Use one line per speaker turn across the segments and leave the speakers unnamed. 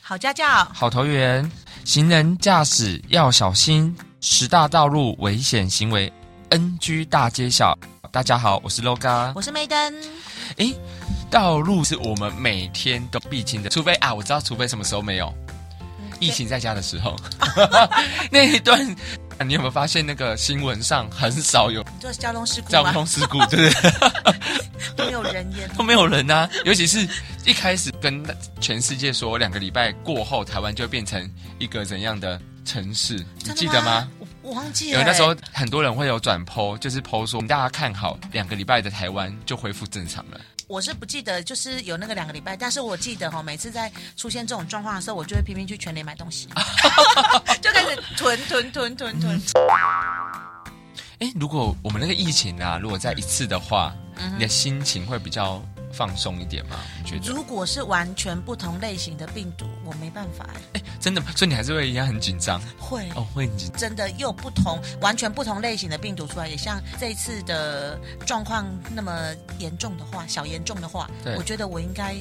好家教，
好投缘，行人驾驶要小心，十大道路危险行为，NG 大揭晓。大家好，我是 LOGA。
我是梅登。
诶，道路是我们每天都必经的，除非啊，我知道，除非什么时候没有疫情在家的时候， 那一段。啊你有没有发现那个新闻上很少有
你做交通事故
交
吗？
通事故，对不对？
都没有人烟，
都没有人啊，尤其是一开始跟全世界说两个礼拜过后，台湾就会变成一个怎样的城市， 你
真
记得吗？？
我我忘记了
有
欸。
那时候很多人会有转剖，就是剖说大家看好两个礼拜的台湾就恢复正常了。
我是不记得，就是有那个两个礼拜，但是我记得哈、哦，每次在出现这种状况的时候，我就会拼命去全联买东 西，就开始囤囤囤囤囤。
哎，如果我们那个疫情啊，如果再一次的话，
嗯
你的心情会比较放松一点吗？你觉得？
如果是完全不同类型的病毒，我没办法欸，
哎，真的吗？所以你还是会一样很紧张
会
哦，会很紧
真的又不同，完全不同类型的病毒出来，也像这一次的状况那么严重的话，小严重的话
对，
我觉得我应该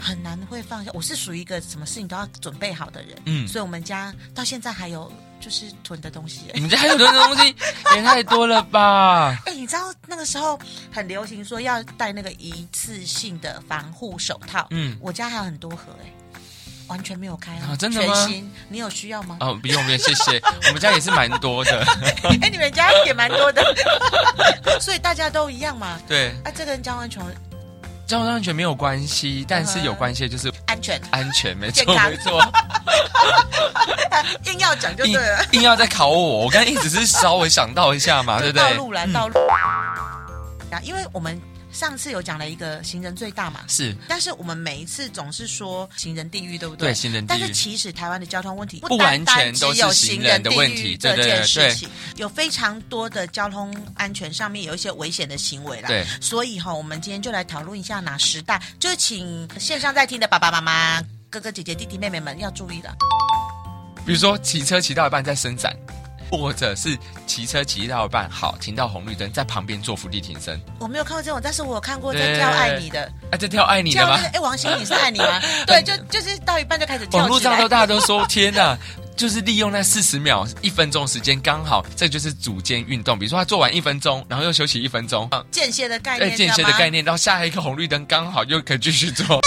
很难会放下。我是属于一个什么事情都要准备好的人，
嗯
所以我们家到现在还有就是囤的东西耶。
你们家有多东西 也太多了吧？
哎，你知道那个时候很流行说要戴那个一次性的防护手套，
嗯，
我家还有很多盒哎，完全没有开哦
啊真的吗
全新，你有需要吗？
哦，不用不用，谢谢。我们家也是蛮多的，
哎、你们家也蛮多的， 所以大家都一样嘛。
对，
啊，这跟交完全
交通安全没有关系，但是有关系的就是
安全，
安全，没
嗯健
错
康
没错。
硬要讲就对
硬
了。
硬要再考我，我刚才一直是稍微想到一下嘛，对不
道
对？
路来道路啊，因为我们上次有讲了一个行人最大嘛，
是
但是我们每一次总是说行人地狱，对不
对
对？
行人地
但是
狱，
其实台湾的交通问题
不完全
单单
都
只
是
有
行
人
人的
地
问
狱
题
这
对对
件
对
事
对
情，有非常多的交通安全上面有一些危险的行为啦。
对，
所以哈、我们今天就来讨论一下哪十大，就是请线上在听的爸爸妈妈、哥哥姐姐、弟弟妹妹们要注意的。
比如说骑车骑到一半在伸展，或者是骑车骑到一半好停到红绿灯，在旁边做伏地挺身。
我没有看过这种，但是我有看过在
对
跳爱你的，
哎、这跳爱你的
跳那
吗
个？哎，王心你是爱你 吗？对，就就是到一半就开始跳起来。
网络上都大家都说，天哪！ 就是利用那四十秒、一分钟时间，刚好这就是组间运动。比如说他做完一分钟，然后又休息一分钟，啊
间歇的概
哎，
念，
间歇的概
念。
念，然后下一个红绿灯刚好又可以继续做。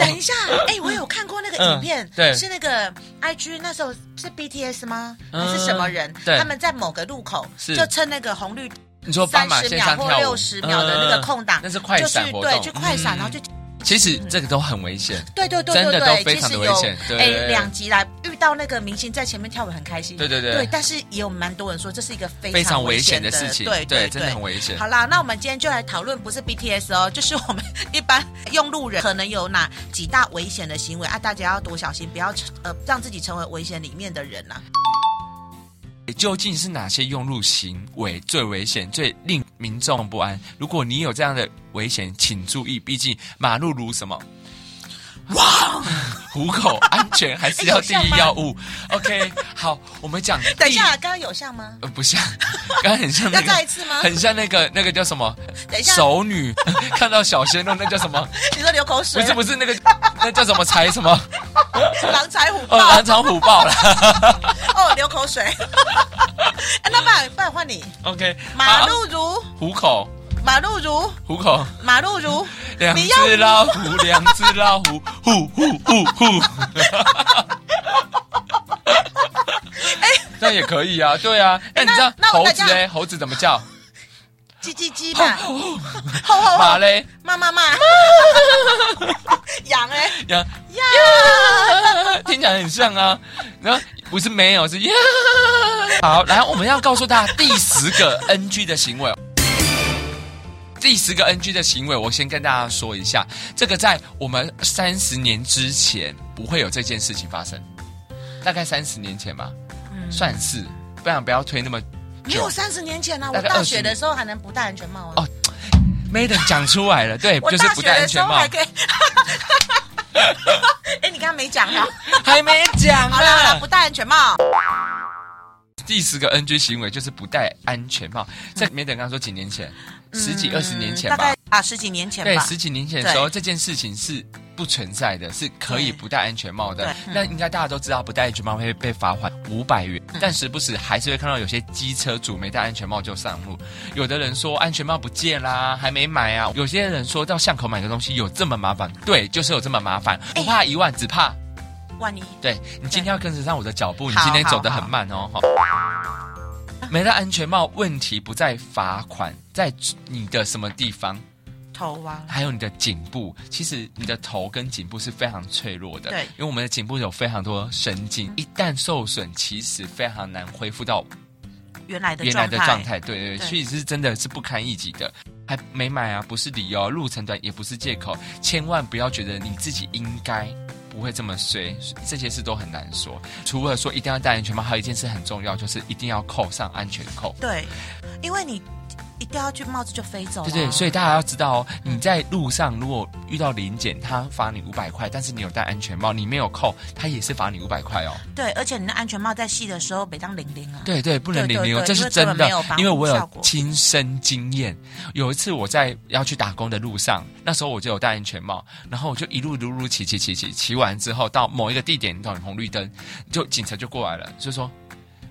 等一下，哎，我有看过那个影片
嗯，对
是那个 IG 那时候是 BTS 吗？还是什么人？
嗯对
他们在某个路口
是
就趁那个红绿
你说斑
三
马
十
线
秒
上
或
跳舞，
六十秒的那个空档，
嗯那是快
就
闪
去
活
对
动，
去快闪，
嗯
然后就
其实这个都很危险，
对对对
真
对
的都
对，
非
其
常
实
的
有哎
危险。对对对
两集来遇到那个明星在前面跳舞很开心，
对对对
但是也有蛮多人说这是一个嗯非
非常危
危
险
的
的事情，
对对，
真的很危险。
好啦，那我们今天就来讨论，不是 BTS 哦， 就是我们一般用路人可能有哪几大危险的行为啊，大家要多小心，不要成呃让自己成为危险里面的人啊呐、
究竟是哪些用路行为最危险、最令民众不安？如果你有这样的危险，请注意，毕竟马路如什么？哇，虎口安全还是要第一 要务。OK，好，我们讲
等一
第
下，刚刚有像 吗？
呃，不像，刚刚很像那
要
个，
再一次吗？
很像那个那个叫什么
等一下，
熟女， 看到小鲜肉那叫 什么？
你说流口
不
水，啊
是不是那个那叫什么财什么？
狼财虎
哦，
豹
狼藏虎豹啦。
哦，流口水。 哎那不然不然换你，
OK，
马
好
路如
虎口
马路如
虎口。
马路如，
两
你要
只老虎，两只老虎，呼呼呼 呼。那也可以啊，对啊。那你知道
哎那那我
猴
大
子
家
嘞？猴子怎么叫？
叽叽叽吧，吼吼
哦马欸
吼，
嘞？
骂 骂骂，羊哎
呀，
呀，
听起来很像啊。然后不是没有，是呀。好，然后我们要告诉大家第十个 NG 的行为。第十个 NG 的行为，我先跟大家说一下，这个在我们三十年之前不会有这件事情发生，大概三十年前吧，
嗯
算是，不然不要推那么
没
久
有。三十年前啊，我
大概
大
20
学的时候还能不戴安全帽啊
哦。Maiden 讲出来了，对，
我
就是
大
不
学
戴安
的时
全
候
帽
还，可以。 哎，你刚刚没讲啊？
还没讲啊
好啦好 啦，
呢
不。戴安全帽。
第十个 NG 行为就是不戴安全帽，在 Maiden 刚刚说几年前，十几二十年前
嗯大
吧
概，啊，十几年前
对，
吧。
十几年前的时候，这件事情是不存在的，是可
对
以不戴安全帽的
对。
那应该大家都知道，不戴安全帽会被罚款五百元，
嗯
但时不时还是会看到有些机车主没戴安全帽就上路。有的人说安全帽不见啦，还没买啊。有些人说到巷口买个东西有这么麻烦，对，就是有这么麻烦，
哎
不怕一万，只怕。
万一
对你今天要跟得上我的脚步，你
好
今天走得很慢哦。哈没戴安全帽，问题不在罚款，在你的什么地方，
头啊，
还有你的颈部。其实你的头跟颈部是非常脆弱的，
对
因为我们的颈部有非常多神经，一旦受损，其实非常难恢复到
原来的
原来
状
的
态，
状态，对对对，
对
所以是真的是不堪一击的。还没买啊，不是理由，路程短也不是借口，千万不要觉得你自己应该不会这么衰，这些事都很难说。除了说一定要戴安全帽，还有一件事很重要，就是一定要扣上安全扣。
对，因为你一掉下去帽子就飞走、了。啊
对对，所以大家要知道哦，你在路上如果遇到零检，他罚你五百块，但是你有戴安全帽，你没有扣，他也是罚你五百块哦。
对，而且你的安全帽在系的时候，北当零零啊，
对对，不能
对
零
对
零哦，
对
这
因
是
为
真
根本
的
没有防，
因为我
护效
有
果
亲身经验。有一次我在要去打工的路上，那时候我就有戴安全帽，然后我就一路噜噜骑骑骑骑骑完之后，到某一个地点，等红绿灯，就警察就过来了，就说：“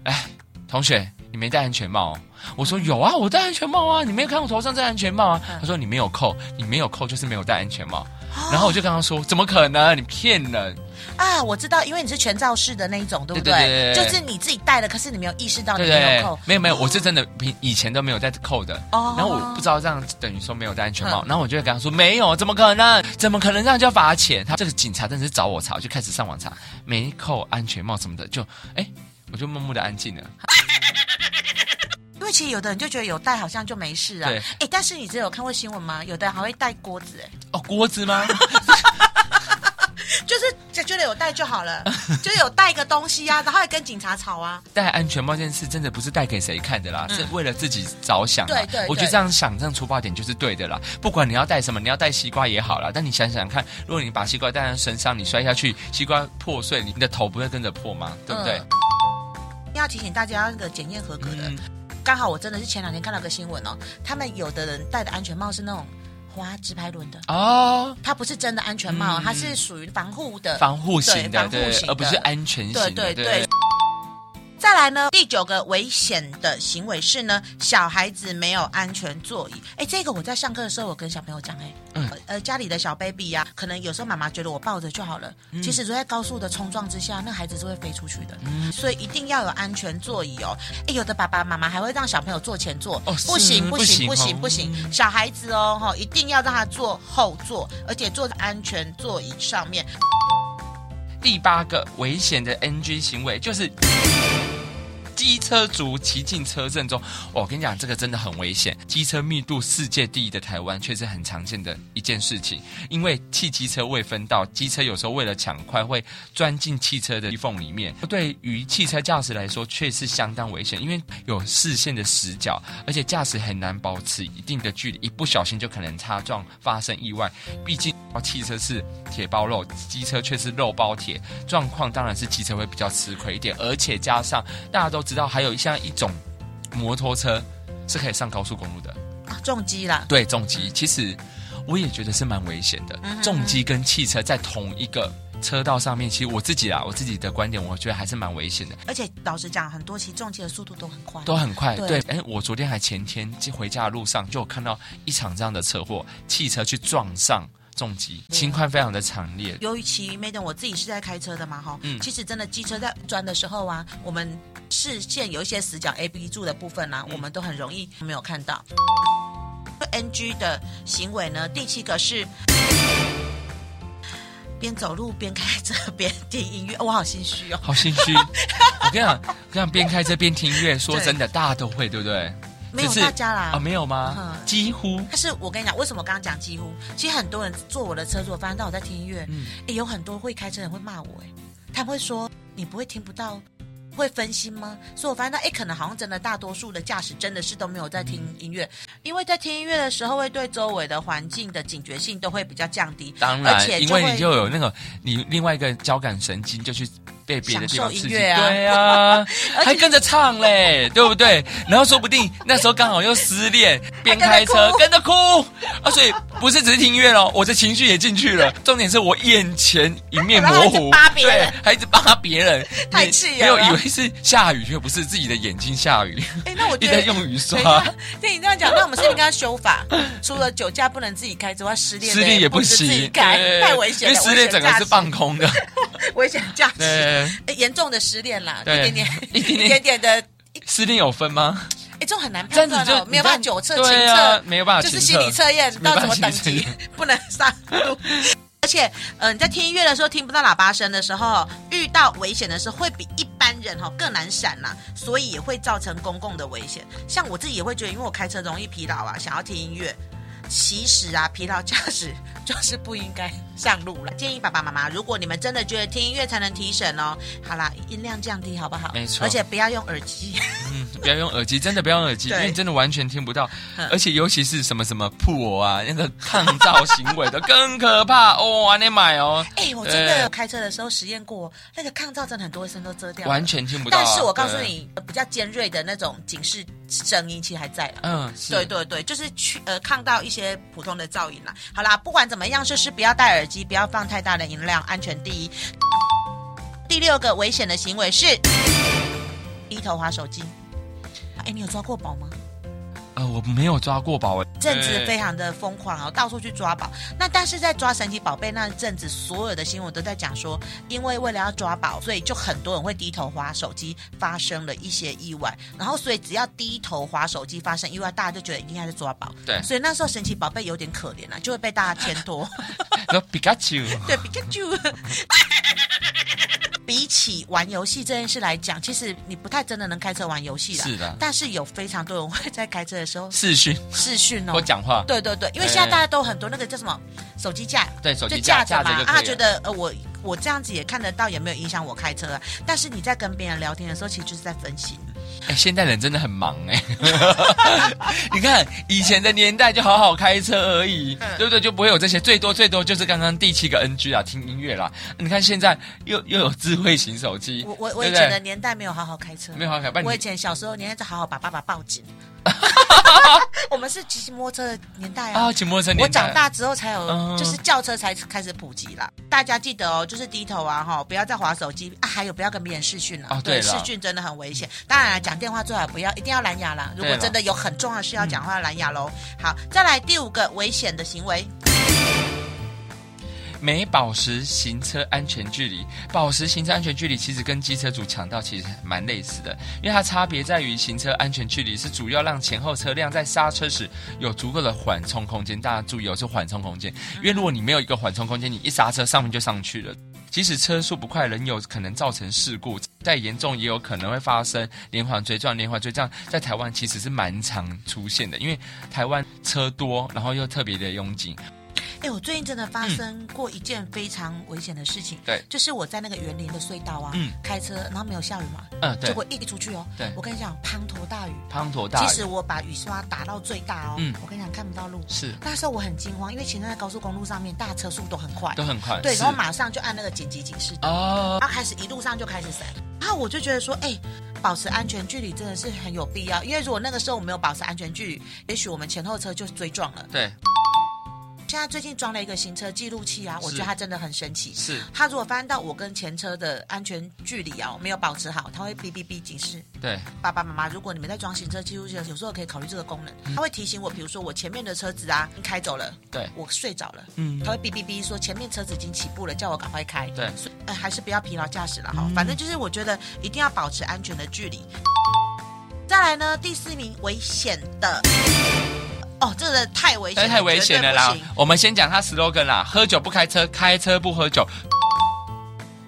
哎，同学，你没戴安全帽、哦。”我说：“有啊，我戴安全帽啊，你没有看我头上戴安全帽啊？”他说：“你没有扣，你没有扣就是没有戴安全帽。”然后我就跟他说：“怎么可能？你骗人！
啊，我知道，因为你是全罩式的那一种，对不
对对对对
就是你自己戴了，可是你没有意识到你
对
没
对
有扣，
没有没有，我是真的平以前都没有戴扣的。
哦嗯
然后我不知道这样等于说没有戴安全帽，然后我就会跟他说没有，啊怎么可能？怎么可能这样就要罚钱？他这个警察真的是找我查，我就开始上网查，没扣安全帽什么的，就哎，我就默默的安静了。
嗯因为其实有的人就觉得有戴好像就没事啊
对，
哎，但是你之前有看过新闻吗？有的人还会戴锅子，哎，
哦，锅子吗？
就是就觉得有戴就好 了，就是有戴一个东西啊，然后还跟警察吵啊，
戴安全帽这件事真的不是戴给谁看的啦，是为了自己着想啦。
对对对
我觉得这样想，这样出发点就是对的啦。不管你要戴什么，你要戴西瓜也好啦，但你想想看，如果你把西瓜戴在身上，你摔下去，西瓜破碎，你的头不会跟着破吗？对不对？
嗯要提醒大家要那个检验合格的
嗯。
刚好我真的是前两天看到个新闻哦，他们有的人戴的安全帽是那种滑直排轮的，
哦，
它不是真的安全
嗯
帽，它是属于防护的。
防护型的，
对
对
防护
对
型的
而不是安全型的，
对对对。再来呢，第九个危险的行为是呢，小孩子没有安全座椅。哎，这个我在上课的时候，我跟小朋友讲，哎，
嗯
呃，家里的小 baby 呀、可能有时候妈妈觉得我抱着就好了，
嗯
其实如果在高速的冲撞之下，那孩子是会飞出去的，
嗯
所以一定要有安全座椅哦。哎，有的爸爸妈妈还会让小朋友坐前座，
哦
不
是
行不行不
不行
行
哦
不行，小孩子哦哈，一定要让他坐后座，而且坐在安全座椅上面。
第八个危险的 NG 行为就是。机车族骑进车阵中，哇我跟你讲，这个真的很危险。机车密度世界第一的台湾，却是很常见的一件事情。因为汽机车未分道，机车有时候为了抢快，会钻进汽车的衣缝里面。对于汽车驾驶来说，却是相当危险，因为有视线的死角，而且驾驶很难保持一定的距离，一不小心就可能擦撞，发生意外。毕竟汽车是铁包肉，机车却是肉包铁，状况当然是机车会比较吃亏一点，而且加上大家都知道，还有像一种摩托车是可以上高速公路的，
啊，重击啦，
对，重机其实我也觉得是蛮危险的。重机跟汽车在同一个车道上面，其实我自己啦，啊我自己的观点，我觉得还是蛮危险的，
而且老实讲，很多骑重机的速度都很快，
都很快。对
对，
哎，我昨天还前天回家的路上就有看到一场这样的车祸，汽车去撞上重机，情况非常的惨烈。
由于骑 Maiden 我自己是在开车的嘛哈，
嗯
其实真的机车在转的时候啊，我们视线有一些死角 A B 柱的部分啦、
嗯
我们都很容易没有看到。NG 的行为呢，第七个是边走路边开车 边听音乐，我好心虚哦。
好心虚。 我跟你讲，我跟你讲，边开车边听音乐，说
对
真的，大家都会，对不对？
没有
就是
大家啦
啊，没有吗？
嗯
几乎
但是我跟你讲，为什么刚刚讲几乎？其实很多人坐我的车之后，发现到我在听音乐，
嗯
诶有很多会开车人会骂我，哎，他们会说你不会听不到，会分心吗？所以我发现到，哎，可能好像真的大多数的驾驶真的是都没有在听音乐，因为在听音乐的时候，会对周围的环境的警觉性都会比较降低，
当
而
然，
且
因
就会
为你就有那个你另外一个交感神经就去被别的地方
享受
刺
音
激，
乐啊
对 啊，还跟着唱嘞，对不对？然后说不定那时候刚好又失恋，边开车跟着哭啊，所以不是只是听音 乐咯，我的情绪也进去了。重点是我眼前一面模糊，
然后还一直扒别人
对，还一直扒别人，
太
你
气人
没有
了
以为是下雨，却不是自己的眼睛下雨，
哎，那 我
一
觉
直在
得
用啊雨
等一
刷
下。，听你这样讲，那我们是不是应该修法？除了酒驾不能自己开之外，失恋
失恋也不
能自己
行，
开，
对
太危险
因
了。
为失恋整个是放空的，
危险驾驶，
对。
哎严重的失恋啦，一点
对
点，
一点点
一点点的，
失恋有分吗？
哎，这种很难
这
判
样子
断
就
哦，没有办法酒测、情
对啊
测，，
没有办法
就是
情
心理测验到什么等
没
级
办法
不能上路。而且，呃，你在听音乐的时候听不到喇叭声的时候，遇到危险的时候会比一般人哈更难闪啦，所以也会造成公共的危险。像我自己也会觉得，因为我开车容易疲劳啊，想要听音乐。其实啊，疲劳驾驶 就是不应该上路了。建议爸爸妈妈，如果你们真的觉得听音乐才能提神哦，好啦，音量降低好不好？
没错
而且不要用耳机。
嗯，不要用耳机，真的不要用耳机，因
对
为真的完全听不到
嗯，
而且尤其是什么什么破啊，那个抗噪行为的更可怕 哦，安内买哦，
哎、我真的
对
有开车的时候实验过，哦那个抗噪真的很多声都遮掉了，
完全听不到啊。
但是我告诉
对，
你，呃比较尖锐的那种警示声音其实还在啦。
嗯，
对
是，
对对，就是去呃抗到一些普通的噪音啦。好啦，不管怎么样，就是不要戴耳机，不要放太大的音量，安全第一。第六个危险的行为是低头划手机。哎，你有抓过宝吗？
呃，我没有抓过宝，
阵子
对
非常的疯狂哦，到处去抓宝。那但是在抓神奇宝贝那阵子，所有的新闻都在讲说，因为为了要抓宝，所以就很多人会低头划手机，发生了一些意外。然后所以只要低头划手机发生意外，大家就觉得一定还在抓宝。
对
所以那时候神奇宝贝有点可怜啊，就会被大家牵 拖。
那皮卡丘，
对，比较就。 比起玩游戏这件事来讲，其实你不太真的能开车玩游戏啦。
是的
但是有非常多人会在开车的时候
视讯
视讯哦，
或讲话，
对对对，因为
对
现在大家都很多那个叫什么手机架，
对，哎手
就
机架
着
架
嘛，
着就
啊他
可以
觉
了。
得呃我我这样子也看得到，也没有影响我开车啊。但是你在跟别人聊天的时候，其实就是在分心。
哎，现代人真的很忙哎， 你看以前的年代就好好开车而已，
嗯
对不对？就不会有这些，最多最多就是刚刚第七个 NG 啊，听音乐啦。你看现在又又有智慧型手机，
我我我以
对不对
前的年代没有好好开车，
没有好好开不然你
我以前小时候年代就好好把爸爸抱 紧。我们是骑摩托车的年代啊。
啊，骑摩托车 年代
我长大之后才有，
嗯
就是轿车才开始普及啦。大家记得哦，就是低头啊，哈，不要再划手机啊，还有不要跟别人视讯啊。
哦对
视
啦
讯真的很危险。当然啦，讲电话最好不要，一定要蓝牙啦。如果
对啦嗯
真的有很重要的事要讲话，蓝牙喽。好，再来第五个危险的行为，
没保持行车安全距离，保持行车安全距离其实跟机车主抢道其实蛮类似的，因为它差别在于行车安全距离是主要让前后车辆在刹车时有足够的缓冲空间。大家注意哦，是缓冲空间，因为如果你没有一个哦缓冲空间，你一刹车上面就上去了。即使车速不快，仍有可能造成事故，再严重也有可能会发生连环追撞、连环追撞，在台湾其实是蛮常出现的，因为台湾车多，然后又特别的拥挤，
哎，我最近真的发生过一件非常危险的事情。
嗯对
就是我在那个园林的隧道啊，
嗯
开车，然后没有下雨嘛，
嗯，对
结，果一出去哦，
对
我跟你讲，滂沱大雨。
滂沱大
即
雨。
使我把雨刷打到最大哦，
嗯
我跟你讲看不到路，
是
那时候我很惊慌，因为前面在高速公路上面，大车速度很快
都，很快，
对，
是
然后马上就按那个紧急警示灯，
哦，
然后开始一路上就开始闪，然后我就觉得说，哎、保持安全距离真的是很有必要，因为如果那个时候我没有保持安全距离，也许我们前后车就追撞了。
对，
现在最近装了一个行车记录器啊，我觉得
是
它真的很神奇。
是，
它如果发现到我跟前车的安全距离啊，我没有保持好，它会哔哔哔警示。
对，
爸爸妈妈，如果你们在装行车记录器的时候，有时候可以考虑这个功能，
嗯
它会提醒我，比如说我前面的车子啊开走了，
对，
我睡着了，
嗯
它会哔哔哔说前面车子已经起步了，叫我赶快开。
对嗯
所以、呃、还是不要疲劳驾驶了哈、反正就是我觉得一定要保持安全的距离。再来呢，第四名危险的，哦，这个太危险
但
了，
哎太危险了
绝
啦
对不行。
我们先讲他 slogan 啦，喝酒不开车，开车不喝酒。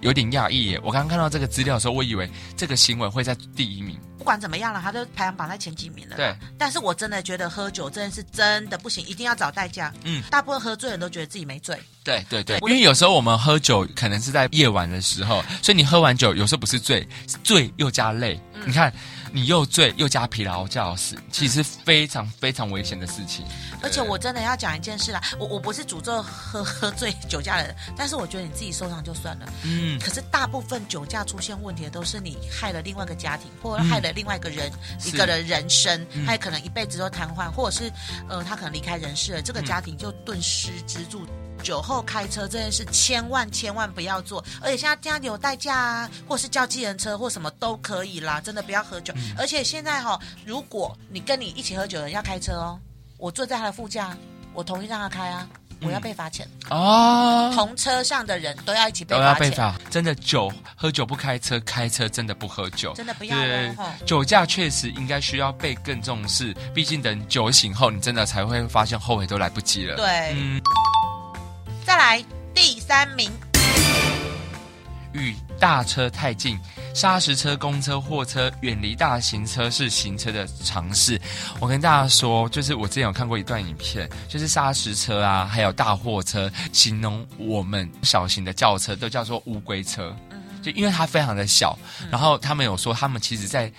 有点讶异耶！我刚刚看到这个资料的时候，我以为这个行为会在第一名。
不管怎么样了，它都排行榜在前几名了。
对，
但是我真的觉得喝酒这件事真的不行，一定要找代驾。
嗯，
大部分喝醉的人都觉得自己没醉，
对对对，因
我
为有时候我们喝酒可能是在夜晚的时候，所以你喝完酒有时候不是醉，是醉又加累。
嗯
你看，你又醉又加疲劳驾驶，其实是非常非常危险的事情。
而且我真的要讲一件事啦，我我不是诅咒喝 喝醉酒驾的人，但是我觉得你自己受伤就算了。
嗯，
可是大部分酒驾出现问题的都是你害了另外一个家庭，或者害了另外一个人、
嗯是嗯
一个人人生，还有可能一辈子都瘫痪，或者是呃他可能离开人世了，
嗯
这个家庭就顿时支柱。酒后开车这件事千万千万不要做，而且现在家里有代驾啊，或是叫计程车或什么都可以啦，真的不要喝酒。
嗯
而且现在哈、如果你跟你一起喝酒的人要开车哦，我坐在他的副驾，我同意让他开啊，我要被罚钱。
嗯哦，
同车上的人都要一起被
都要
罚
被
钱。
罚。真的酒喝酒不开车，开车真的不喝酒。
真的不要哦
对
了哈。
酒驾确实应该需要被更重视，毕竟等酒醒后，你真的才会发现后悔都来不及了。
对，
嗯，
再来第三名，
与大车太近，砂石车、公车、货车远离大型车是行车的常识。我跟大家说，就是我之前有看过一段影片，就是砂石车啊，还有大货车，形容我们小型的轿车都叫做乌龟车，就因为它非常的小。然后他们有说，他们其实在。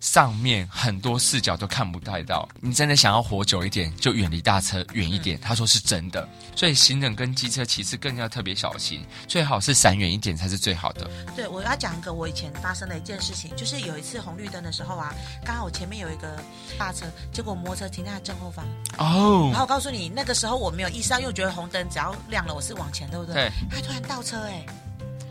上面很多视角都看不太到，你真的想要活久一点，就远离大车远一点。他说是真的，所以行人跟机车其实更要特别小心，最好是闪远一点才是最好的。
对我要讲一个我以前发生的一件事情，就是有一次红绿灯的时候啊，刚好我前面有一个大车，结果摩托车停在它正后方，
哦
然后我告诉你，那个时候我没有意识到，因为我觉得红灯只要亮了，我是往前，对不对？
对。
它突然倒车哎、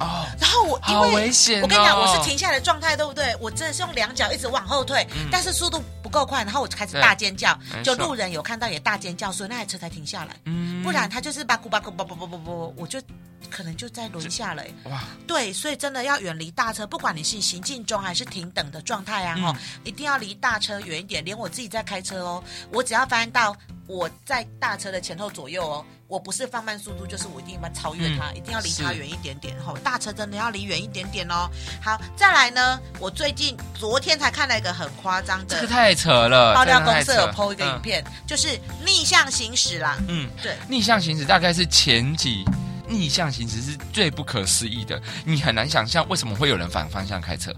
哦，
然后我啊因
好
为
危险、哦！
我跟你讲，我是停下来的状态，对不对？我真的是用两脚一直往后退，但是速度不够快，然后我就开始
嗯对
大尖叫
没，
就
错
路人有看到也大尖叫，所以那台车才停下来。
嗯
不然他就是吧咕吧咕吧咕吧咕吧咕，我就可能就再轮下了、欸。
哇，
对，所以真的要远离大车，不管你是行进中还是停等的状态啊，
嗯
哈、一定要离大车远一点。连我自己在开车哦，我只要发现到我在大车的前后左右哦，我不是放慢速度，就是我一定要超越它，一定要离它
嗯是
远一点点。吼、大车真的要离远一点点哦。好，再来呢，我最近昨天才看了一个很夸张
这个
的。
太扯了！嗯
爆料
真的
公
太
司
扯
有 PO 一个影，片，就是逆向行驶啦。
嗯。嗯
对，
逆向行驶大概是前几。逆向行驶是最不可思议的，你很难想象为什么会有人反方向开车，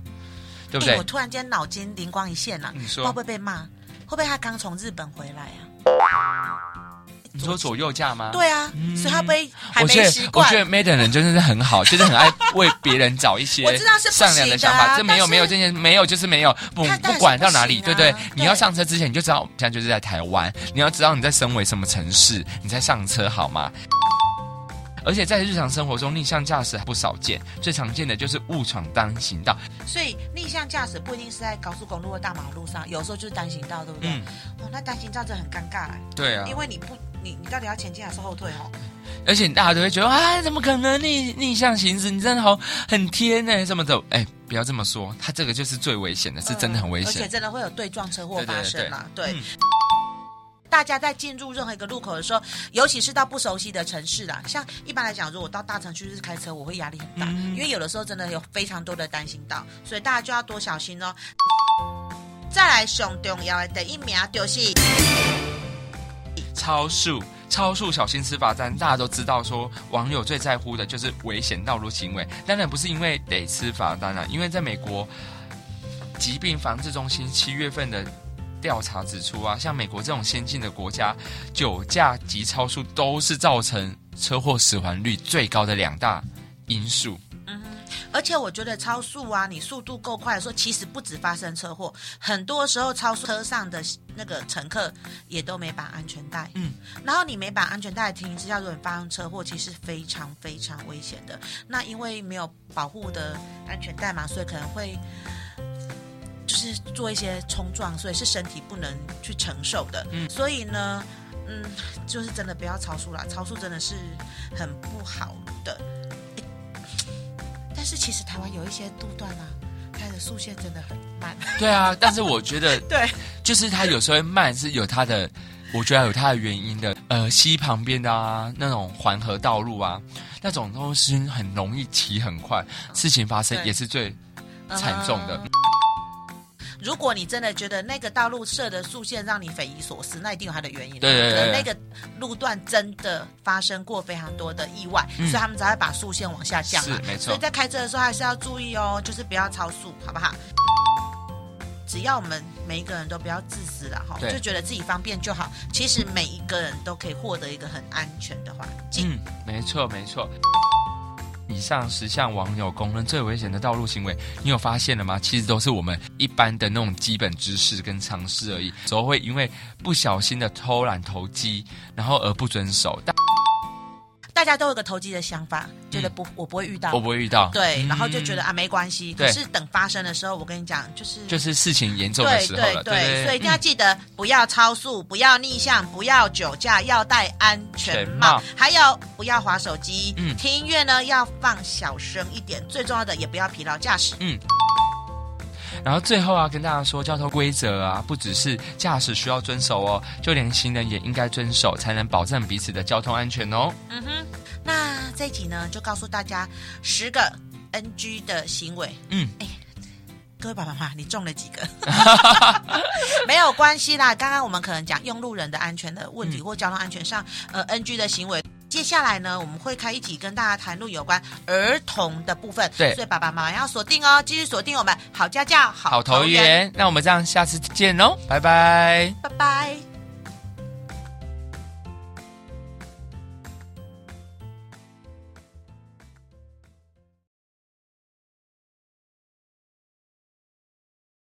对不
欸
对
我？突然间脑筋灵光一现啊，
你
会不
说，
会被骂？会不会他刚从日本回来啊？
你说左右驾吗？，
对啊，所以他不会还
我觉
没
得
习
我
惯。
觉得 Maden 人真的是很好，就是很爱为别人 找一些
我知道是不行的啊
善良的想法。这没
但
有
是
没有这件没有就是没有，不
他当然是
不管到哪里，
不行啊
对不对
对？
你要上车之前你就知道，现在就是在台湾，你要知道你在身为什么城市，你才上车好吗？而且在日常生活中，逆向驾驶还不少见，最常见的就是误闯单行道。
所以逆向驾驶不一定是在高速公路或大马路上，有时候就是单行道，对不对？
嗯，
哦，那单行道真的很尴尬、欸，
对啊
因为你不，你你到底要前进还是后退哦？
而且大家都会觉得啊，怎么可能逆逆向行驶？你真的好很天呢、什么的。哎，不要这么说，他这个就是最危险的，是真的很危
而且
险。
真的会有对撞车祸
对对
发生啦。对
嗯
大家在进入任何一个路口的时候，尤其是到不熟悉的城市啦，像一般来讲，如果到大城区是开车，我会压力很大，
嗯
因为有的时候真的有非常多的单行道，所以大家就要多小心哦。再来，上重要的第一名啊就是
超速，超速小心吃罚单。大家都知道说，网友最在乎的就是危险道路行为。当然不是因为得吃罚单啦、因为在美国疾病防治中心七月份的。调查指出啊，像美国这种先进的国家，酒驾及超速都是造成车祸死亡率最高的两大因素。
而且我觉得超速啊，你速度够快的时候，其实不止发生车祸，很多时候超速车上的那个乘客也都没绑安全带。
嗯，
然后你没绑安全带停之下，如果你发生车祸，其实非常非常危险的。那因为没有保护的安全带嘛，所以可能会。就是做一些冲撞，所以是身体不能去承受的。嗯，所以呢，嗯，就是真的不要超速啦，超速真的是很不好的。但是其实台湾有一些路段啊，它的速线真的很慢。
对啊，但是我觉得
对，
就是它有时候会慢是有它的，我觉得有它的原因的。呃，溪旁边的啊，那种环河道路啊，那种都是很容易骑很快，事情发生
对
也是最惨重的。
嗯。如果你真的觉得那个道路设的速限让你匪夷所思，那一定有它的原因啊。
对对对
可能
对嗯
那个路段真的发生过非常多的意外，所以他们才会把速限往下降啊
是。没错
所以在开车的时候还是要注意哦，就是不要超速，好不好？只要我们每一个人都不要自私了哈，
对
就觉得自己方便就好。其实每一个人都可以获得一个很安全的环境。
嗯，没错没错。嗯以上十项网友公认最危险的道路行为，你有发现了吗？其实都是我们一般的那种基本知识跟常识而已，只会因为不小心的偷懒投机，然后而不遵守。但
大家都有个投机的想法，觉得不，我不会遇到
嗯我，不会遇到，
对，然后就
嗯
觉得啊没关系。可
对
是等发生的时候，我跟你讲，就是
就是事情严重的
对
时候了，
对对，所以一定要
嗯
记得不要超速，不要逆向，不要酒驾，要戴安全
全
帽
帽，
还有不要划手机。
嗯
听音乐呢要放小声一点，最重要的也不要疲劳驾驶。
然后最后啊，跟大家说，交通规则啊，不只是驾驶需要遵守哦，就连行人也应该遵守，才能保证彼此的交通安全哦。
嗯哼，那这一集呢就告诉大家十个 NG 的行为。
嗯，
各位爸爸妈妈，你中了几 个？ 没有关系啦，刚刚我们可能讲用路人的安全的问题
嗯
或交通安全上，呃，NG 的行为。接下来呢，我们会开一集跟大家谈论有关儿童的部分，
对
所以爸爸妈妈要锁定哦，继续锁定我们好家教、
好投
投缘，
哦缘，那我们这样下次见喽，拜拜。
拜拜。